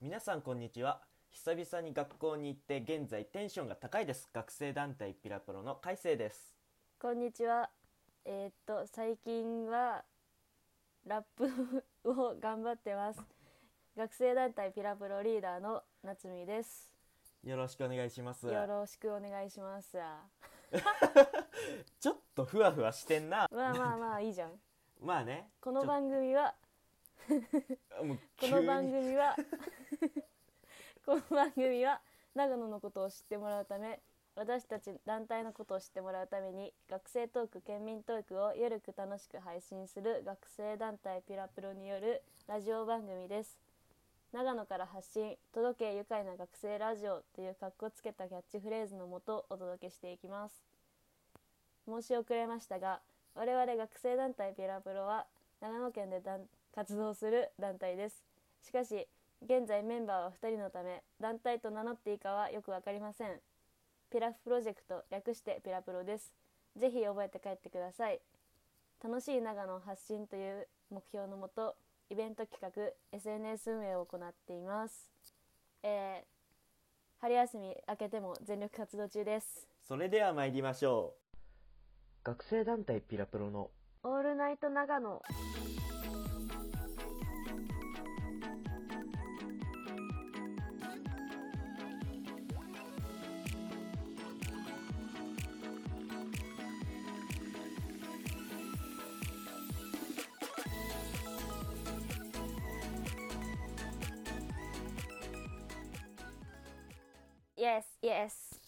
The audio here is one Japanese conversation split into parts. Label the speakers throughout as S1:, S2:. S1: 皆さんこんにちは久々に学校に行って現在テンションが高いです学生団体ピラプロの海星です
S2: こんにちは。えーっと最近はラップを 頑張ってます。学生団体ピラプロリーダーの夏美です。
S1: よろしくお願いします
S2: よろしくお願いします。ま
S1: ちょっとふわふわしてんな
S2: あまあまあいいじゃん。
S1: まあね
S2: この番組は
S1: ちょもう
S2: こ
S1: 急に
S2: の番組は この番組は長野のことを知ってもらうため私たち団体のことを知ってもらうために学生トーク県民トークをゆるく楽しく配信する学生団体ピラプロによるラジオ番組です長野から発信「届け愉快な学生ラジオ」という格好つけたキャッチフレーズのもとお届けしていきます申し遅れましたが我々学生団体ピラプロは長野県で団活動する団体ですしかし現在メンバーは2人のため団体と名乗っていいかはよく分かりませんピラフプロジェクト略してピラプロですぜひ覚えて帰ってください楽しい長野発信という目標のもとイベント企画 SNS 運営を行っていますえー春休み明けても全力活動中です
S1: それでは参りましょう学生団体ピラプロの
S2: オールナイト長野イエスイエス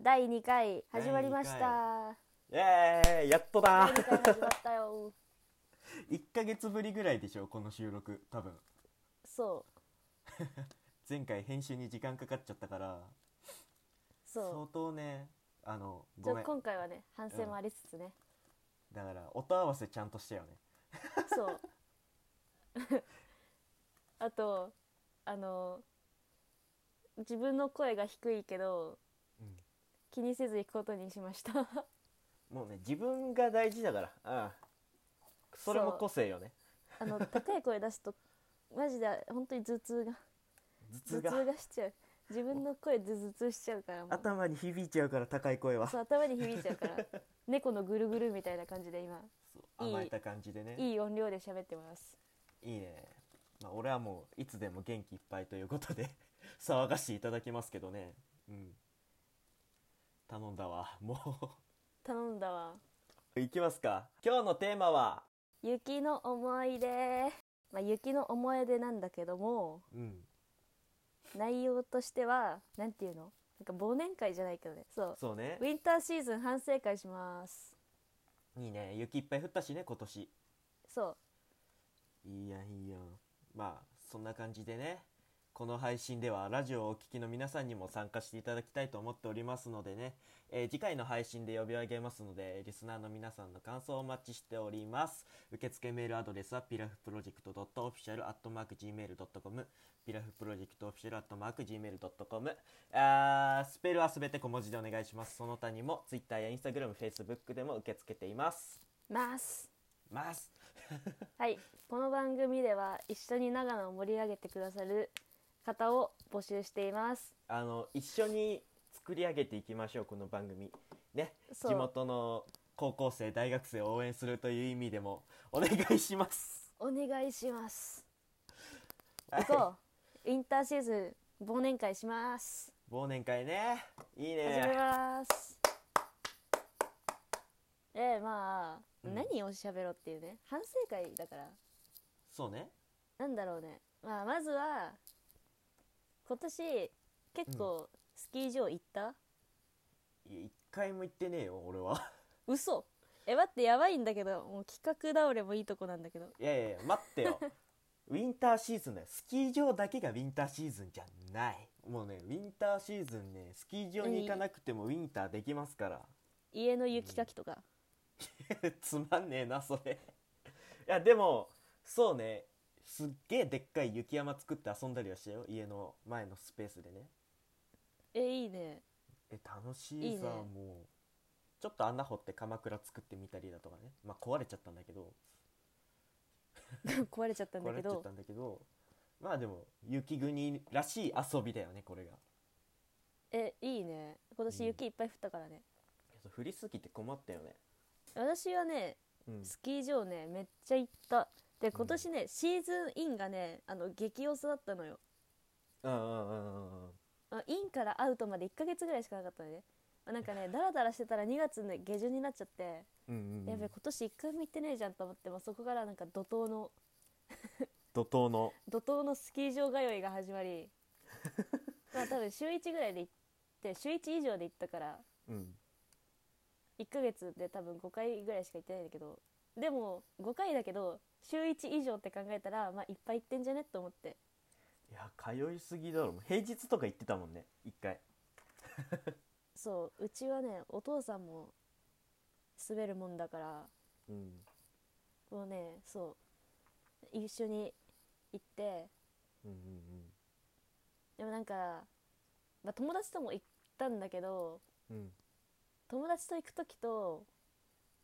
S2: 第2回始まりまし
S1: 第二
S2: た。
S1: えーイやっとだ
S2: 第二回始まったよ
S1: 1ヶ月ぶりぐらいでしょこの収録多分
S2: そう
S1: 前回編集に時間かかっちゃったから
S2: そ
S1: 相当ねあの
S2: う
S1: ご
S2: じゃ
S1: め
S2: あ
S1: ん
S2: 今回はね反省もありつつね、
S1: だから音合わせちゃんとしたよね
S2: そう あとあの自分の声が低いけど、
S1: うん
S2: 気にせず行くことにしました
S1: もうね自分が大事だからああそれも個性よね
S2: あの高い声出すとマジで本当に頭痛が
S1: 頭痛
S2: 頭
S1: が
S2: 痛がしちゃう自分の声で頭痛しちゃうからもう
S1: 頭に響いちゃうから高い声は
S2: そう頭に響いちゃうから猫のぐるぐるみたいな感じで今
S1: そう
S2: いい
S1: 甘えた感じでねいい
S2: いい音量で喋ってます
S1: ね、まあ、俺はもういつでも元気いっぱいということで 騒がしていただきますけどねうん頼んだわも
S2: 頼んだわ
S1: ういきますか今日のテーマは
S2: 雪の思い出、まあ、雪の思い出なんだけども
S1: うん
S2: 内容としてはなんていうのなんか忘年会じゃないけどねそう
S1: そうね
S2: ウィンターシーズン反省会します
S1: いいね雪いっぱい降ったしね今年
S2: そう
S1: いいやんいいやんまあそんな感じでねこの配信ではラジオをお聞きの皆さんにも参加していただきたいと思っておりますのでね、えー次回の配信で呼び上げますのでリスナーの皆さんの感想をお待ちしております受付メールアドレスはピラフプロジェクト .official.gmail.com ピラフプロジェクト .official.gmail.com あースペルはすべて小文字でお願いしますその他にも Twitter や InstagramFacebook でも受け付けています
S2: ます
S1: ます
S2: はいこの番組では一緒に長野を盛り上げてくださる方を募集しています
S1: あの一緒に作り上げていきましょうこの番組ね
S2: そう
S1: 地元の高校生大学生を応援するという意味でもお願いします
S2: お願いします
S1: はい
S2: 行こうウィンターシーズン忘年会します
S1: 忘年会ねいい
S2: 始め
S1: ね
S2: ます。ええまあ、何をしゃべろうっていうね反省会だから
S1: そうね
S2: なんだろうね、まあ、まずは今年結構スキー場行った、
S1: いや一回も行ってねえよ俺は
S2: 嘘え待ってやばいんだけどもう企画倒れもいいとこなんだけど
S1: いやいやいや待ってよウィンターシーズンだよスキー場だけがウィンターシーズンじゃないもうねウィンターシーズンねスキー場に行かなくてもウィンターできますから
S2: 家の雪かきとか、
S1: つまんねえなそれいやでもそうねすっげえでっかい雪山作って遊んだりはしたよ家の前のスペースでね
S2: えいいね
S1: え楽しいさ
S2: いいね
S1: もうちょっと穴掘って鎌倉作ってみたりだとかねまあ壊れちゃったんだけど
S2: 壊れちゃったんだ
S1: 壊れ
S2: け
S1: ちゃっ
S2: ど
S1: たんだけどまあでも雪国らしい遊びだよねこれが
S2: えいいね今
S1: うん
S2: 年雪いっぱい降ったからね、
S1: そう降りすぎて困ったよね
S2: 私はね
S1: うん
S2: スキー場ねめっちゃ行ったで今年ね、シーズンインがねあの激オスだったのよ
S1: うんうんうんうんうん
S2: あインからアウトまで1ヶ月ぐらいしかなかったのねあなん かねダラダラしてたら2月の下旬になっちゃって、
S1: うんうん
S2: やべ今年1回も行ってねえじゃんと思ってもうそこからなんか怒涛の
S1: 怒涛の
S2: 怒涛のスキー場通いが始まり まあ多分週1ぐらいで行って週1以上で行ったから
S1: うん
S2: 1ヶ月で多分5回ぐらいしか行ってないんだけどでも5回だけど週1以上って考えたらまあいっぱい行ってんじゃねと思って
S1: いや通いすぎだろもう平日とか行ってたもんね一回
S2: そううちはねお父さんも滑るもんだから
S1: うん
S2: もうねそう一緒に行って
S1: うんうん
S2: でもなんか、まあ、友達とも行ったんだけど
S1: うんうん
S2: 友達と行く時と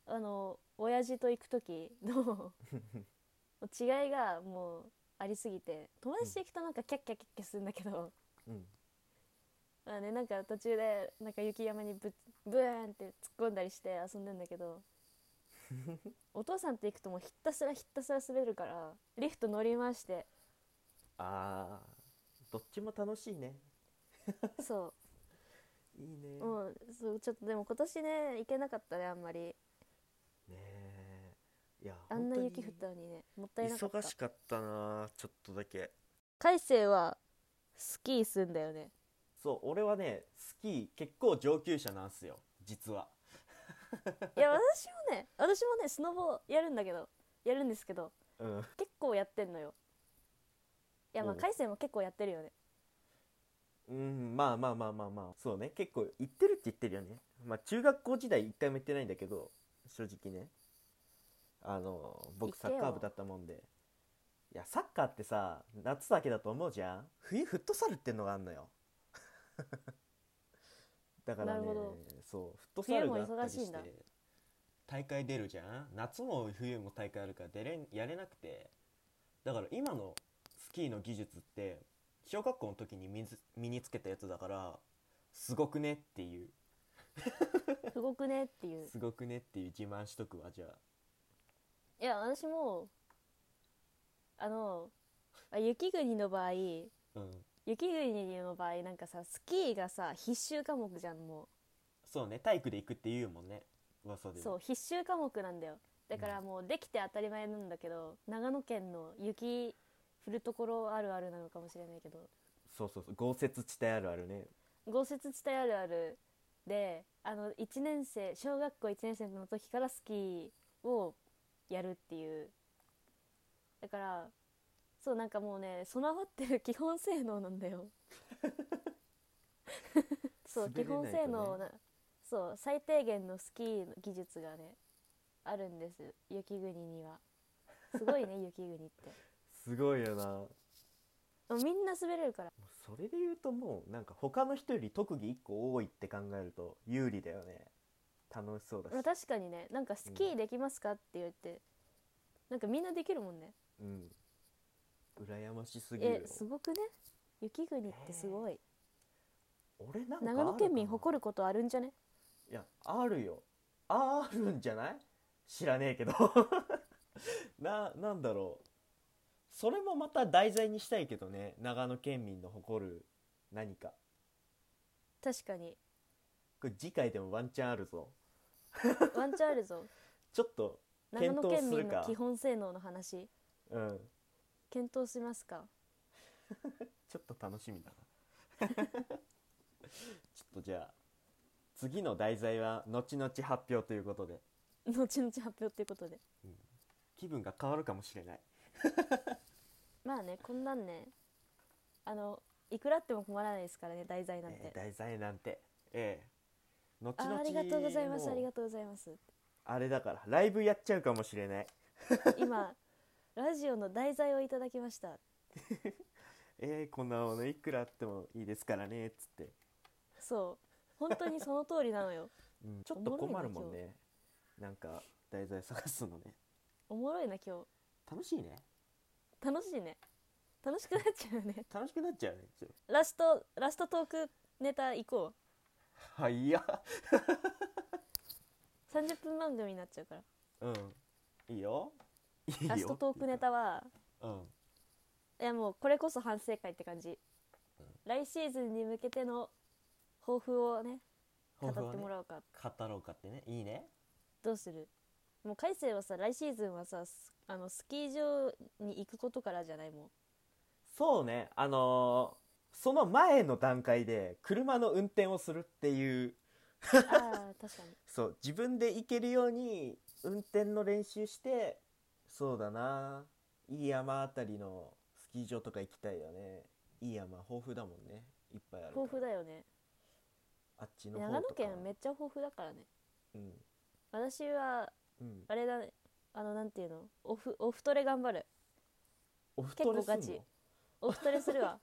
S2: あの親父と行く時の違いがもうありすぎて友達と行くとなんかキャッキャキャッキャするんだけど、
S1: うん
S2: まあね、なんか途中でなんか雪山にぶブーンって突っ込んだりして遊んでんだけ どお父さんと行くともうひたすらひたすら滑るからリフト乗り回して
S1: あーどっちも楽しいね
S2: そ
S1: いいね
S2: うもうそうちょっとでも今年ね行けなかったねあんまり
S1: ねえいや
S2: あんな
S1: 本当
S2: 雪
S1: に
S2: 降ったのにねもったいなかった
S1: 忙しかったなちょっとだけ
S2: 海星はスキーすんだよね
S1: そう俺はねスキー結構上級者なんすよ実はい
S2: や私もね私もねスノボやるんだけどやるんですけど
S1: うん
S2: 結構やってんのよいやまあ
S1: おう
S2: 海星も結構やってるよね
S1: うんまあまあまあまあまあそうね結構行ってるって言ってるよねまあ中学校時代一回も行ってないんだけど正直ねあの僕
S2: 行
S1: サ
S2: けよ
S1: ッカー部だったもんでいやサッカーってさ夏だけだと思うじゃん冬フットサルってのがあんのよ だからね
S2: なるほど
S1: そうフットサルがあったり
S2: 冬も忙しい
S1: し
S2: んだ
S1: て大会出るじゃん夏も冬も大会あるから出れんやれなくてだから今のスキーの技術って小学校の時に身につ身につけたやつだからすごくねっていう
S2: すごくねっていう
S1: すごくねっていう自慢しとくわじゃあ
S2: いや私もあのあ雪国の場合
S1: うん
S2: 雪国の場合なんかさスキーがさ必修科目じゃんもう
S1: そうね体育で行くって言うもんね噂では
S2: そう必修科目なんだよだからもうできて当たり前なんだけど、長野県の雪降るところあるあるなのかもしれないけど
S1: そうそうそう豪雪地帯あるあるね
S2: 豪雪地帯あるあるであの1年生小学校1年生の時からスキーをやるっていうだからそうなんかもうね備わってる基本性能なん だよそう、
S1: 滑
S2: 基
S1: れないと
S2: 本
S1: ね
S2: 性能なそう最低限のスキーの技術がねあるんです雪国にはすごいね雪国って
S1: すごいよなも
S2: もうみんな滑れるから
S1: うそれで言うともうなんか他の人より特技1個多いって考えると有利だよね楽しそうだし
S2: まあ、確かにねなんかスキーできますかって言ってなんかみんなできるもんね
S1: うん羨ましすぎるよ
S2: えすごくね雪国ってすごい
S1: 俺なんか
S2: 長野県民
S1: る
S2: 誇ることあるんじゃね
S1: いやあるよあるんじゃない知らねえけど ななんだろうそれもまた題材にしたいけどね長野県民の誇る何か
S2: 確かに
S1: これ次回でもワンチャンあるぞ
S2: ワンチャンあるぞ
S1: ちょっと
S2: 長野
S1: 検討
S2: 県
S1: する
S2: 民
S1: か
S2: の基本性能の話
S1: うん
S2: 検討しますか
S1: ちょっと楽しみだな ちょっとじゃあ次の題材は後々発表ということで
S2: 後々発表ということで
S1: 気分が変わるかもしれない
S2: まあねこんなんねあのいくらあっても困らないですからね題材なんて、
S1: えー題材なんてええ後
S2: あ
S1: 々
S2: ーありがとうございます
S1: も
S2: ありがとうございます
S1: あれだからライブやっちゃうかもしれない
S2: 今ラジオの題材をいただきました
S1: えー、こんなものいくらあってもいいですからねっつって、
S2: そう本当にその通りなのよ
S1: うんちょっと困るもんねなんか題材探すのね
S2: おもろいな今日
S1: 楽しいね
S2: 楽しいね楽しくなっちゃうね
S1: 楽しくなっちゃうねちょ
S2: ラストラストトークネタ行こ
S1: はいいや
S2: う30分番組になっちゃうから
S1: うんいいよいいよ
S2: ラストトークネタは
S1: うん
S2: いやもうこれこそ反省会って感じ、来シーズンに向けての抱負をね語
S1: 抱負を
S2: って
S1: ね
S2: もらおうか
S1: 語ろうかってねいいね
S2: どうするもう海星はさ来シーズンはさスあのスキー場に行くことからじゃないも
S1: そうねあのーその前の段階で車の運転をするっていう
S2: うああ確かに
S1: そう自分で行けるように運転の練習してそうだないい山あたりのスキー場とか行きたいよねいい山豊富だもんねいっぱいあるから
S2: 豊富だよね
S1: あっちの方
S2: 長野
S1: とか
S2: 県めっちゃ豊富だからね
S1: うん
S2: 私は
S1: うん
S2: あれだねあのなんていうのオフオフトレ頑張る
S1: オフトレすんの
S2: 結構ガチオフトレするわ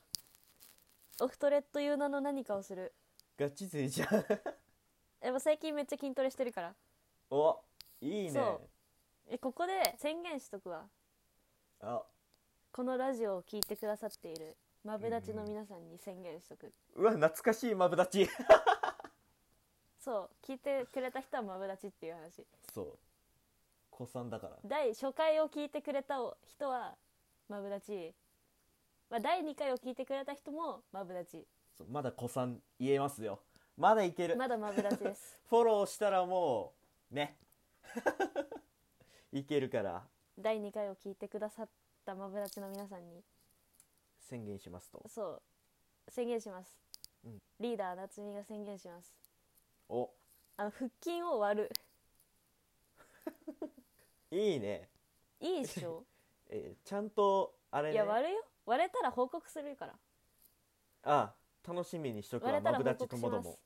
S2: オフトレという名の何かをする
S1: ガチ勢じゃん
S2: やっぱ最近めっちゃ筋トレしてるから
S1: おいいね
S2: そうえここで宣言しとくわ
S1: あ
S2: このラジオを聞いてくださっているマブダチの皆さんに宣言しとく、
S1: うわ懐かしいマブダチ
S2: そう聞いてくれた人はマブダチっていう話
S1: そう子さんだから
S2: 第初回を聞いてくれた人はマブダチ、まあ、第2回を聞いてくれた人もマブダチ
S1: そうまだ子さん言えますよまだいける
S2: まだマブダチです
S1: フォローしたらもうね いけるから
S2: 第2回を聞いてくださったマブダチの皆さんに
S1: 宣言しますと
S2: そう宣言します、
S1: うん
S2: リーダー夏美が宣言します
S1: お
S2: あの腹筋を割る
S1: いいね
S2: いいっしょ
S1: えーちゃんと あれ、
S2: い
S1: ね、
S2: や割るよ割れたら報告するから
S1: あ楽しみにしとく
S2: 割
S1: わ
S2: れた
S1: マブ
S2: ら報
S1: ダチ
S2: 告
S1: と
S2: し
S1: もど
S2: ま
S1: も
S2: す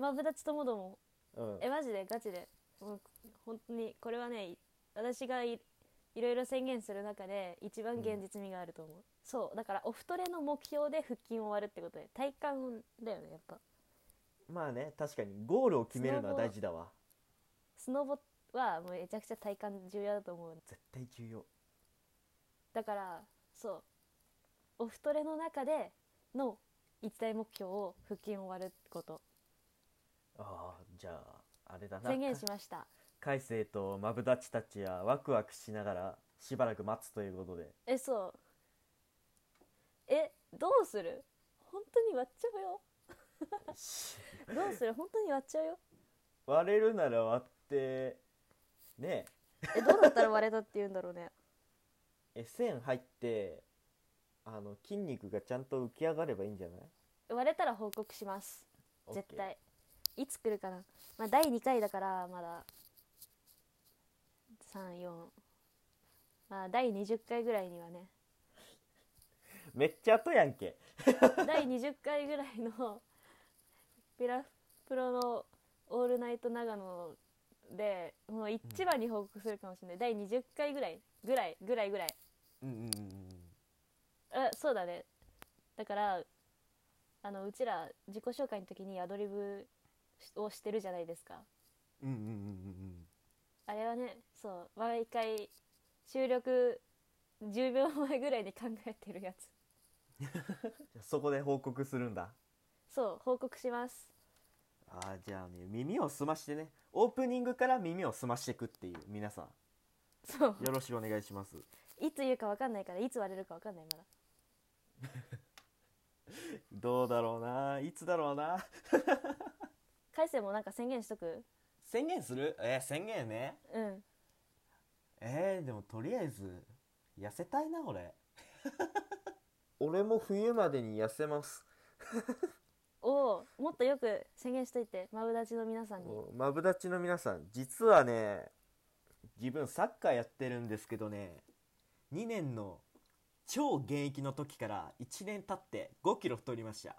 S2: マブダチともども
S1: うん
S2: えマジでガチでもう本当にこれはねい私がいいろいろ宣言する中で一番現実味があると思う、そうだからオフトレの目標で腹筋を割るってことで体幹だよねやっぱ
S1: まあね確かにゴールを決めるのは大事だわ
S2: スノボはもうめちゃくちゃ体幹重要だと思う
S1: 絶対重要
S2: だからそうオフトレの中での一大目標を腹筋を割ること
S1: ああじゃああれだな
S2: 宣言しました
S1: 海星とマブダチたちはワクワクしながらしばらく待つということ で
S2: えそうえどうする本当に割っちゃうよ
S1: し
S2: どうする本当に割っちゃうよ
S1: 割れるなら割ってね
S2: えどうだったら割れたって言うんだろうね
S1: ええ線入ってあの筋肉がちゃんと浮き上がればいいんじゃない
S2: 割れたら報告します
S1: オッケー
S2: 絶対いつ来るかなまあ第2回だからまだ34まあ第20回ぐらいにはね
S1: めっちゃ後やんけ
S2: 第20回ぐらいのピラプロの「オールナイト長野」でもう一番に報告するかもしれない、第20回ぐらいぐらいぐらいぐらい
S1: うんうんうん
S2: あそうだねだからあのうちら自己紹介の時にアドリブしをしてるじゃないですか
S1: うんうんうんうん
S2: あれはねそう毎回収録10秒前ぐらいに考えてるやつ
S1: うんそこで報告するんだ
S2: そう報告します
S1: あーじゃあね耳を澄ましてねオープニングから耳を澄ましていくっていう皆さ
S2: そうん
S1: よろしくお願いします
S2: いつ言うか分かんないからいつ割れるか分かんないまだ
S1: どうだろうないつだろうな
S2: 海星もなんか宣言しとく
S1: 宣言するえー宣言ね
S2: うん
S1: えー、でもとりあえず痩せたいな俺俺も冬までに痩せます
S2: おおもっとよく宣言しといてマブダチの皆さんに
S1: もうマブダチの皆さん実はね自分サッカーやってるんですけどね2年の超現役の時から1年経って5キロ太りました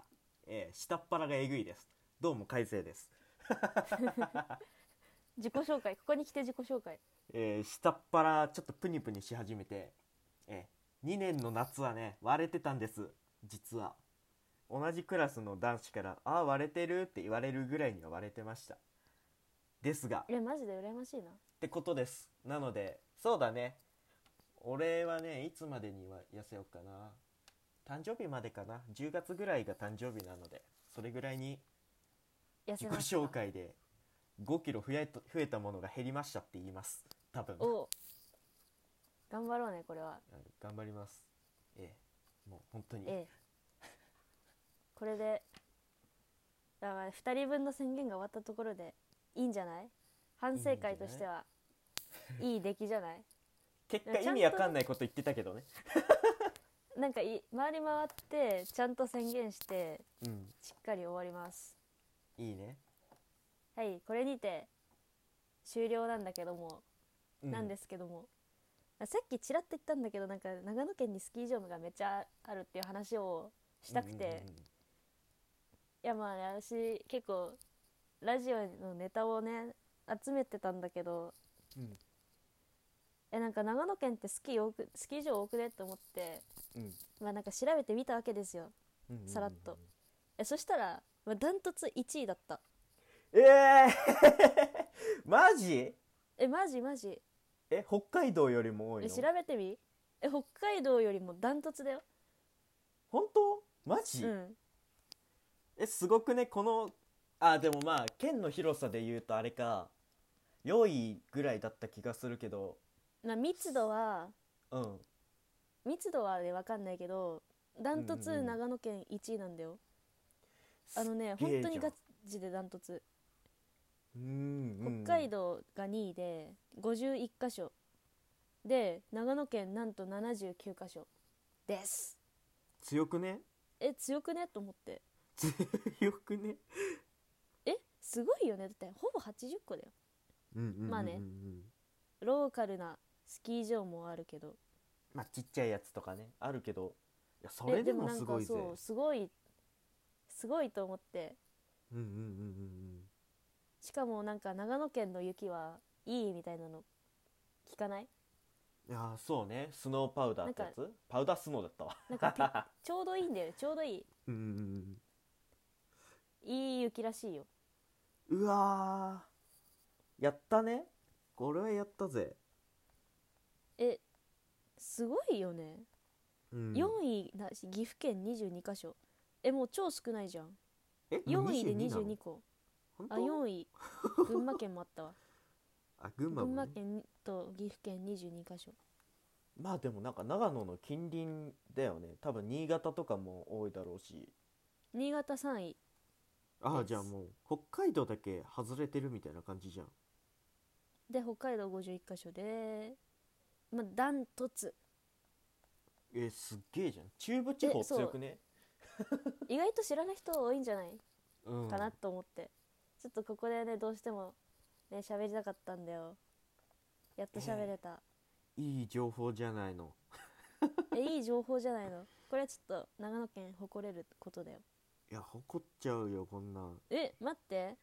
S1: ええ下っ腹がえぐいですどうも快晴です
S2: 自己紹介ここに来て自己紹介
S1: ええ下っ腹ちょっとプニプニし始めてええ2年の夏はね割れてたんです実は同じクラスの男子から「ああ割れてる」って言われるぐらいには割れてましたですが
S2: いやマジで羨ましいな
S1: ってことですなのでそうだね俺はねいつまでには痩せようかな誕生日までかな10月ぐらいが誕生日なのでそれぐらいに
S2: 痩
S1: 自
S2: せ
S1: 己
S2: ますか
S1: 紹介で5キロ増えた増えたものが減りましたって言います多分
S2: おう頑張ろうねこれは
S1: うん頑張りますええもう本当に
S2: ええこれでだから2人分の宣言が終わったところでいいんじゃない反省会としてはいい出来じゃない
S1: 結
S2: で
S1: 果
S2: もちゃ
S1: 意
S2: んと
S1: 味わかんないこと言ってたけどね
S2: なんかい回り回ってちゃんと宣言して
S1: うん
S2: しっかり終わります
S1: いいね、
S2: はいこれにて終了なんだけども、
S1: うん、
S2: なんですけどもあさっきちらっと言ったんだけどなんか長野県にスキー場がめっちゃあるっていう話をしたくて、
S1: うんうんうん
S2: いやまあね私結構ラジオのネタをね集めてたんだけど
S1: うん
S2: えなんか長野県ってスキー多くスキー場多くねって思って、
S1: うん
S2: まあ、なんか調べてみたわけですよ
S1: うんうんうん
S2: さらっとえそしたら、まあ、ダントツ1位だった
S1: ええ マジ
S2: えマジマジ
S1: え北海道よりも多い
S2: え
S1: の
S2: 調べてみえ北海道よりもダントツだよ
S1: 本当マジ、
S2: うん
S1: えすごくねこのあでもまあ県の広さで言うとあれか4位ぐらいだった気がするけど
S2: まあ密度は
S1: うん
S2: 密度はね分かんないけどダント
S1: うんうん
S2: ツ
S1: うん
S2: 長野県1位なんだよ、あのね
S1: すっげえ
S2: 本当に
S1: じゃん
S2: ガチでダントツ
S1: うんうんうん
S2: 北海道が2位で51箇所で長野県なんと79箇所です
S1: 強くね
S2: え強くねと思って
S1: 強くね
S2: えすごいよねだってほぼ80個だよ
S1: うんうんうんうんうん
S2: まあねローカルなスキー場もあるけど
S1: まあちっちゃいやつとかねあるけどいやそ
S2: え
S1: れでもすごいぜ
S2: でもなんかそうすごいすごいと思って
S1: うんうんうんうん
S2: しかもなんか長野県の雪はいいみたいなの聞かない
S1: うんいやーそうねスノーパウダーってやつパウダースノーだったわ
S2: なんか ぴちょうどいいんだよねちょうどいい
S1: うんうんうん
S2: いい雪らしいよ
S1: うわーやったねこれはやったぜ、
S2: えすごいよね
S1: うん
S2: 4位なし岐阜県22箇所えもう超少ないじゃん
S1: え
S2: 4位で
S1: なの
S2: 22個
S1: 本当
S2: あ4位群馬県もあったわ
S1: あ 群馬
S2: 群
S1: もね
S2: 馬県と岐阜県22箇所
S1: まあでもなんか長野の近隣だよね多分新潟とかも多いだろうし
S2: 新潟3位
S1: あ
S2: で
S1: あ
S2: す
S1: じゃあもう北海道だけ外れてるみたいな感じじゃん
S2: で北海道51箇所でまあダントツ
S1: えすっげえじゃん中部地方
S2: えそう
S1: 強くね
S2: 意外と知らない人多いんじゃない
S1: うん
S2: かなと思って、ちょっとここでねどうしてもね喋りたかったんだよやっと喋れた、
S1: いい情報じゃないの
S2: えいい情報じゃないのこれはちょっと長野県誇れることだよ
S1: いや誇っちゃうよこんなん
S2: え待って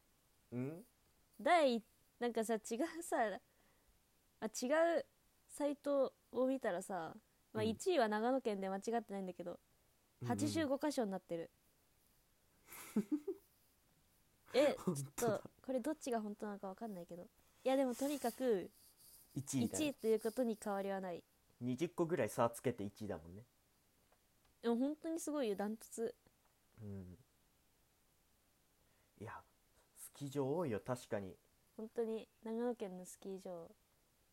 S1: うん
S2: 第一なんかさ違うさあ違うサイトを見たらさ、まあ、
S1: うん
S2: 1位は長野県で間違ってないんだけど、85箇所になっ てるえ
S1: 本当
S2: ちょっ
S1: だ
S2: とこれどっちが本当なのか分かんないけどいやでもとにかく
S1: 1
S2: 1
S1: 位だ
S2: 位
S1: ね
S2: ということに変わりはない
S1: 20個ぐらい差つけて1位だもんね
S2: でも本当にすごいよダントツ
S1: うんいやスキー場多いよ確かに
S2: 本当に長野県のスキー場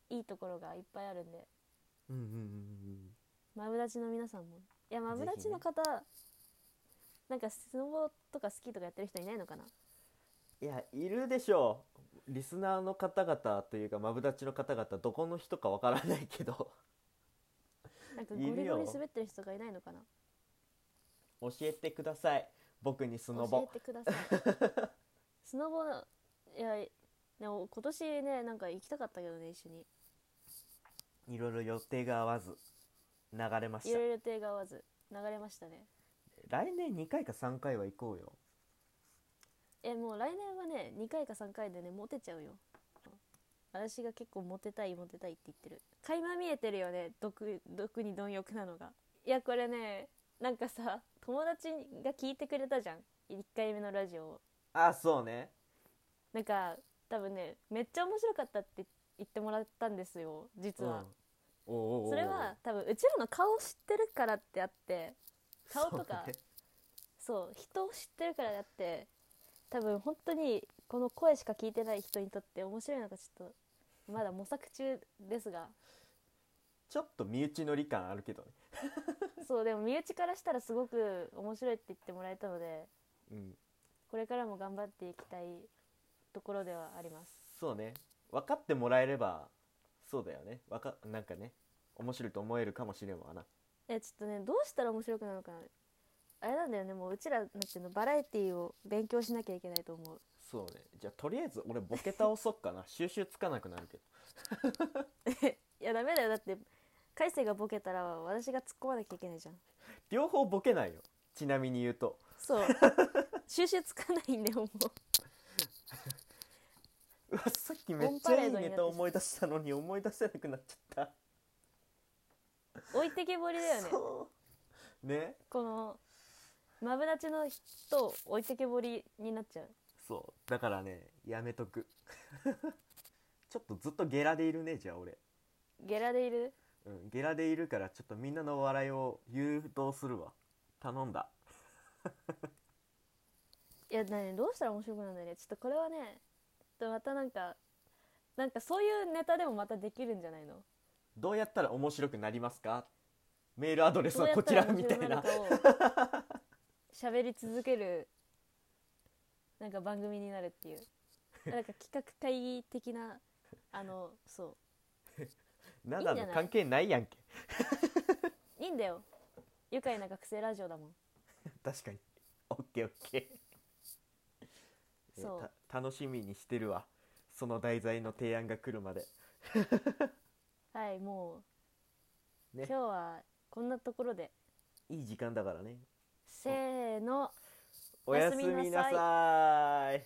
S2: いいところがいっぱいあるんで
S1: うんうんうんうん
S2: マブダチの皆さんもいやマブダチの方、なんかスノボとかスキーとかやってる人いないのかない
S1: や、いるでしょう。リスナーの方々というか、マブダチの方々、どこの人かわからないけど、
S2: なんか
S1: いるよ
S2: ゴリゴリ滑ってる人がいないのかな
S1: 教えてください。僕にスノボ
S2: 教。えてください スノボのいやでも今年ねなんか行きたかったけどね一緒に
S1: いろいろ予定が合わず、流れまし
S2: い
S1: た
S2: ろ。いろ予定が合わず流れましたね
S1: 来年2回か3回は行こうよ。
S2: えもう来年はね2回か3回でねモテちゃうよ私が結構モテたいモテたいって言ってる垣間見えてるよね毒毒に貪欲なのがいやこれねなんかさ友達が聞いてくれたじゃん1回目のラジオを
S1: あ、そうね。
S2: なんか多分ねめっちゃ面白かったって言ってもらったんですよ実
S1: うん
S2: は、
S1: おうおうおう
S2: それは多分うちらの顔を知ってるからってあって顔とか
S1: そうね
S2: そう人を知ってるからであって多分本当にこの声しか聞いてない人にとって面白いのかちょっとまだ模索中ですが
S1: ちょっと身内乗り感あるけどね
S2: そうでも身内からしたらすごく面白いって言ってもらえたので
S1: うん
S2: これからも頑張っていきたいところではあります
S1: そうね分かってもらえればそうだよねわかなんかね面白いと思えるかもしれんわな
S2: えちょっとねどうしたら面白くなるのかなあれなんだよねもううちらなんていうのバラエティを勉強しなきゃいけないと思う
S1: そうねじゃあとりあえず俺ボケ倒そっかな収集つかなくなるけど
S2: いやダメだよだって海星がボケたら私が突っ込まなきゃいけないじゃん
S1: 両方ボケないよちなみに言うと
S2: そう収集つかないんだよもう
S1: うわさっきめっちゃいいネタ思い出したのに思い出せなくなっちゃった
S2: 置いてけぼりだよね
S1: そうね
S2: このマブダチの人を置いてけぼりになっちゃう
S1: そうだからねやめとく ちょっとずっとゲラでいるねじゃあ俺、
S2: ゲラでいる
S1: うん、ゲラでいるからちょっとみんなの笑いを誘導するわ頼んだ
S2: いやだねどうしたら面白くなるんだろうねちょっとこれはねちょっとまたなんかなんかそういうネタでもまたできるんじゃないの
S1: どうやったら面白くなりますかメールアドレスはこちらみたいな
S2: どうやったら面白くなるかを喋り続けるなんか番組になるっていうなんか企画会議的なあのそう
S1: ないんだ
S2: いんじゃな
S1: ろ
S2: いう
S1: 関係ないやんけ
S2: いいんだよ愉快な学生ラジオだもん
S1: 確かに オッケーオッケー
S2: そう
S1: いやた楽しみにしてるわその題材の提案が来るまで
S2: はいもう、
S1: ね
S2: 今日はこんなところで
S1: いい時間だからね
S2: せーの
S1: おやすみなさい